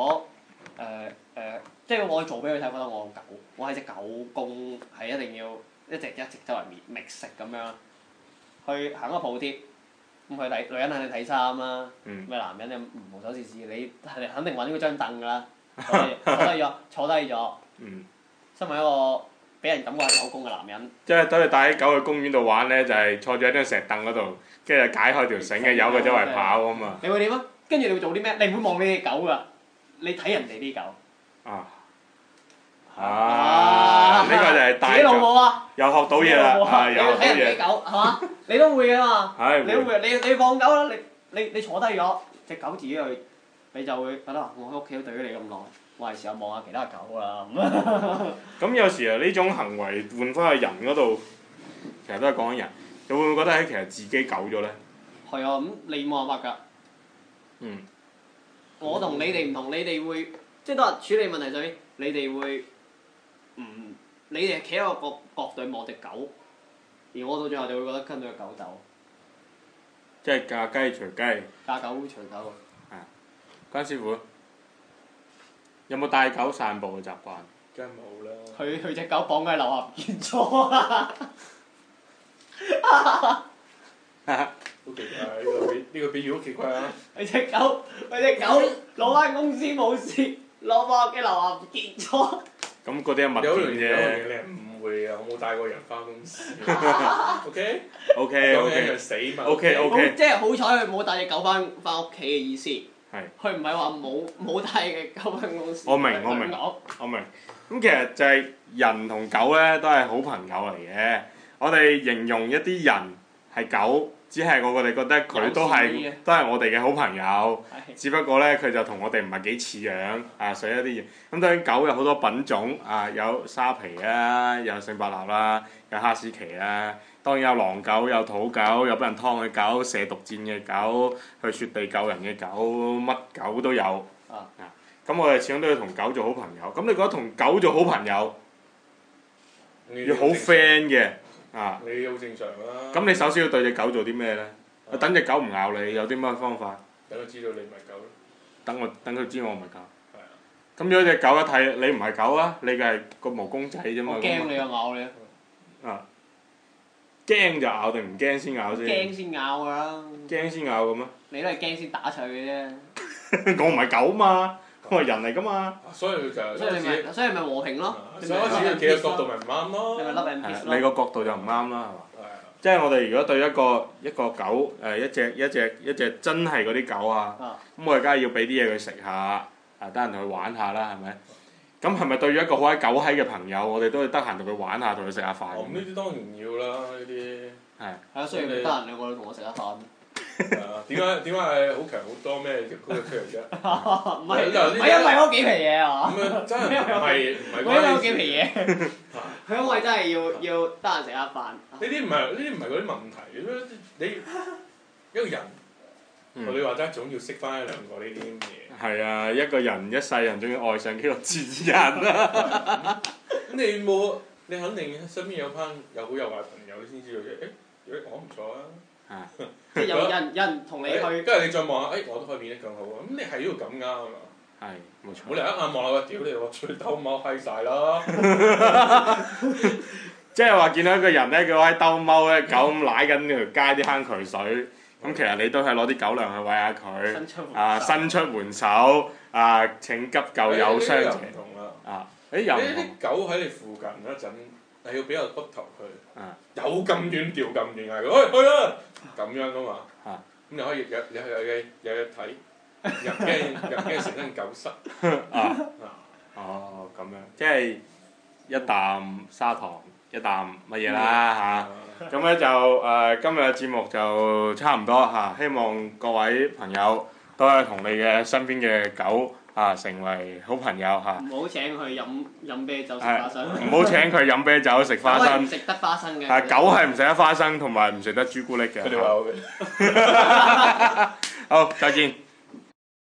[SPEAKER 2] 誒誒，即係我做俾佢睇，覺得我狗，我係只狗公，係一定要一直一直周圍覓覓食咁樣。去行個鋪貼，咁佢睇女人肯定睇衫啦。
[SPEAKER 3] 嗯
[SPEAKER 2] 咩男人你無所事事，你 係肯定揾嗰張凳㗎 啦，坐低坐低咗，坐低咗，
[SPEAKER 3] 嗯，
[SPEAKER 2] 身為一個俾人感覺係狗公嘅男人，
[SPEAKER 3] 即係等佢帶啲狗去公園度玩咧，就係坐住喺張石凳嗰度，跟住就解開條繩嘅，由佢周圍跑咁啊。
[SPEAKER 2] 你會點啊？跟住你會做啲咩？你唔會望你隻狗㗎，你睇人哋啲狗。
[SPEAKER 3] 啊啊！呢個就係
[SPEAKER 2] 自
[SPEAKER 3] 帶
[SPEAKER 2] 己老
[SPEAKER 3] 狗，
[SPEAKER 2] 母啊！
[SPEAKER 3] 又學到嘢啦，啊
[SPEAKER 2] 你會
[SPEAKER 3] 又學到
[SPEAKER 2] 睇人
[SPEAKER 3] 嘢
[SPEAKER 2] 哋啲，狗係嘛？你都會㗎嘛？你都
[SPEAKER 3] 係
[SPEAKER 2] 會，你你放狗啦，你你你坐低咗，只狗自己去，你就會覺得我喺屋企都對咗你咁耐，我係時候望下其他狗啦咁
[SPEAKER 3] 咁有時啊，呢種行為換翻去人嗰度，其實都係講緊人。你會唔會覺得哎誒，其實自己狗咗咧？
[SPEAKER 2] 係啊，咁你冇辦法㗎。
[SPEAKER 3] 嗯。
[SPEAKER 2] 我同你哋唔同，你哋會即係都係處理問題上面，你哋會唔你哋係企喺個角角度望只狗，而我到最後就會覺得跟咗只狗走，
[SPEAKER 3] 即係嫁雞隨雞。
[SPEAKER 2] 架狗隨狗。
[SPEAKER 3] 關師傅，有冇帶狗散步嘅習慣？
[SPEAKER 1] 梗係冇啦。
[SPEAKER 2] 佢佢只狗綁喺樓下唔見咗 啊！
[SPEAKER 1] 好奇怪呢個比呢個比喻好奇怪啊！
[SPEAKER 2] 佢只狗佢只狗攞翻公司冇事，攞翻屋企樓下唔見咗。
[SPEAKER 3] 咁嗰啲係
[SPEAKER 1] 有樣
[SPEAKER 3] 物
[SPEAKER 1] 嘢有樣
[SPEAKER 3] 件
[SPEAKER 1] 嘢你係誤會啊！我冇帶過人翻公 司。OK，
[SPEAKER 3] 啫。O K
[SPEAKER 1] 有
[SPEAKER 3] O
[SPEAKER 1] 嘢就
[SPEAKER 3] K
[SPEAKER 1] 死嘛。
[SPEAKER 3] OK，
[SPEAKER 2] 好
[SPEAKER 3] OK
[SPEAKER 2] 即係好彩佢冇帶只狗翻翻屋企嘅意思。
[SPEAKER 3] 係
[SPEAKER 2] 佢唔係話冇冇帶嘅狗翻公司。
[SPEAKER 3] 我明我明
[SPEAKER 2] 佢講
[SPEAKER 3] 我明。咁其實就係人同狗咧都係好朋友嚟嘅。我哋形容一啲人係狗，只係我哋覺得佢都
[SPEAKER 2] 友善啲
[SPEAKER 3] 係
[SPEAKER 2] 嘅
[SPEAKER 3] 都係我哋嘅好朋友。
[SPEAKER 2] 係
[SPEAKER 3] 只不過咧，佢就同我哋唔係幾似樣啊，所以一啲嘢。咁當然狗有好多品種啊，有沙皮啦，有聖伯納啦，有哈士奇啦，當然有狼狗、有土狗、有俾人劏嘅狗、射毒箭嘅狗、去雪地救人嘅狗，乜狗都有。
[SPEAKER 2] 啊
[SPEAKER 3] 咁我哋始終都要同狗做好朋友。咁你覺得同狗做好朋友
[SPEAKER 1] 你
[SPEAKER 3] 要好 friend 嘅啊？
[SPEAKER 1] 你好正常啦。
[SPEAKER 3] 咁你首先要對只狗做啲咩呢？
[SPEAKER 1] 啊
[SPEAKER 3] 等只狗唔咬你，有啲乜方法？
[SPEAKER 1] 等佢知道你唔係狗咯。
[SPEAKER 3] 等我等佢知我唔係狗。
[SPEAKER 1] 係啊。
[SPEAKER 3] 咁如果只狗一睇你唔係狗啊，你嘅係個毛公仔啫嘛。
[SPEAKER 2] 我
[SPEAKER 3] 咁
[SPEAKER 2] 驚
[SPEAKER 3] 啊
[SPEAKER 2] 你啊咬你啊！
[SPEAKER 3] 驚就咬定唔驚先咬先？
[SPEAKER 2] 驚先咬㗎啦，
[SPEAKER 3] 驚先咬咁啊！
[SPEAKER 2] 你都係驚先打佢嘅啫，
[SPEAKER 3] 我唔係狗嘛，我係人嚟噶嘛。
[SPEAKER 1] 啊所以佢就係
[SPEAKER 2] 所以你
[SPEAKER 1] 開始
[SPEAKER 2] 咪所以咪和平咯
[SPEAKER 1] 啊，
[SPEAKER 2] 你
[SPEAKER 1] 所以
[SPEAKER 2] 咪
[SPEAKER 1] 開
[SPEAKER 2] love
[SPEAKER 1] 始
[SPEAKER 2] and
[SPEAKER 1] 企嘅
[SPEAKER 2] peace
[SPEAKER 1] 角度
[SPEAKER 2] 咯，
[SPEAKER 1] 咪唔啱
[SPEAKER 2] 你咪
[SPEAKER 1] 咯。
[SPEAKER 2] love and
[SPEAKER 3] 係啊
[SPEAKER 2] peace
[SPEAKER 3] 你
[SPEAKER 2] 咯，
[SPEAKER 3] 個角度就唔啱啦，係嘛？
[SPEAKER 1] 係啊。
[SPEAKER 3] 即係我哋如果對一個一個狗誒、一隻一隻一隻真係嗰啲狗啊，咁、
[SPEAKER 2] 啊
[SPEAKER 3] 我哋梗係要俾啲嘢佢食下，啊得閒同佢玩下啦，係咪？咁係咪對於一個好閪狗閪嘅朋友，我哋都要得閒同佢玩下，同佢食下飯？
[SPEAKER 1] 哦，咁呢啲當然要啦，呢 啲。
[SPEAKER 2] 係啊，所以你得閒兩個都同我食下飯。
[SPEAKER 1] 係啊點解點解係好強好多咩高嘅出嚟啫？
[SPEAKER 2] 唔係
[SPEAKER 1] 你
[SPEAKER 2] 唔
[SPEAKER 1] 就呢啲
[SPEAKER 2] 係因為嗰幾皮嘢 啊！
[SPEAKER 1] 咁啊，真係唔係唔
[SPEAKER 2] 唔係
[SPEAKER 1] 係
[SPEAKER 2] 因為
[SPEAKER 1] 關
[SPEAKER 2] 嗰幾
[SPEAKER 1] 事
[SPEAKER 2] 皮嘢，
[SPEAKER 1] 啊
[SPEAKER 2] 佢因為真 係要要得閒食下飯。
[SPEAKER 1] 呢啲唔係呢啲唔係嗰啲問題，你一個人，
[SPEAKER 3] 嗯
[SPEAKER 1] 你話齋總要識翻一兩個呢啲嘢。
[SPEAKER 3] 係啊，一個人一世人仲要愛上幾個自人啊！
[SPEAKER 1] 咁你冇，你肯定身邊有班有好有壞朋友，你先知道嘅。誒、如果我唔錯啊，
[SPEAKER 2] 即係有有人有人同你
[SPEAKER 1] 誒
[SPEAKER 2] 去，
[SPEAKER 1] 跟住你再望下，誒、哎我都可以變得更好啊。咁你係要咁啱啊嘛，
[SPEAKER 3] 係冇錯
[SPEAKER 1] 冇。理由一眼望落去，屌你我最兜踎閪晒啦。
[SPEAKER 3] 即係話見到一個人咧，佢喺兜踎咧，狗咁舐緊條街啲坑渠水，咁其實你都係攞啲狗糧去餵下佢，
[SPEAKER 2] 伸出援手
[SPEAKER 3] 啊伸出援手，啊請急救有傷
[SPEAKER 1] 呢啲
[SPEAKER 3] 者
[SPEAKER 1] 又唔，同啦。
[SPEAKER 3] 啊誒又唔
[SPEAKER 1] 哎呢
[SPEAKER 3] 同，
[SPEAKER 1] 啲狗喺你附近嗰陣，你要俾個骨頭佢，
[SPEAKER 3] 啊
[SPEAKER 1] 有咁遠掉咁遠啊！喂去啦，咁樣噶嘛，咁
[SPEAKER 3] 啊
[SPEAKER 1] 你可以有你有有有有睇，又唔驚又唔驚成身狗虱
[SPEAKER 3] 啊
[SPEAKER 1] 啊！
[SPEAKER 3] 哦咁樣，即係一啖砂糖，一啖乜嘢啦
[SPEAKER 1] 啊
[SPEAKER 3] 嚇。咁咧就誒、呃今日嘅節目就差唔多嚇、希望各位朋友都係同你嘅身邊嘅狗啊成為好朋友嚇，
[SPEAKER 2] 唔好請佢飲飲啤酒食
[SPEAKER 3] 係
[SPEAKER 2] 花生，
[SPEAKER 3] 唔好請佢飲啤酒食花
[SPEAKER 2] 狗係唔
[SPEAKER 3] 生，
[SPEAKER 2] 食得花生嘅。
[SPEAKER 3] 啊狗係唔食得花生同埋唔食得朱古力嘅。
[SPEAKER 1] 佢哋話我嘅。
[SPEAKER 3] 好，再見。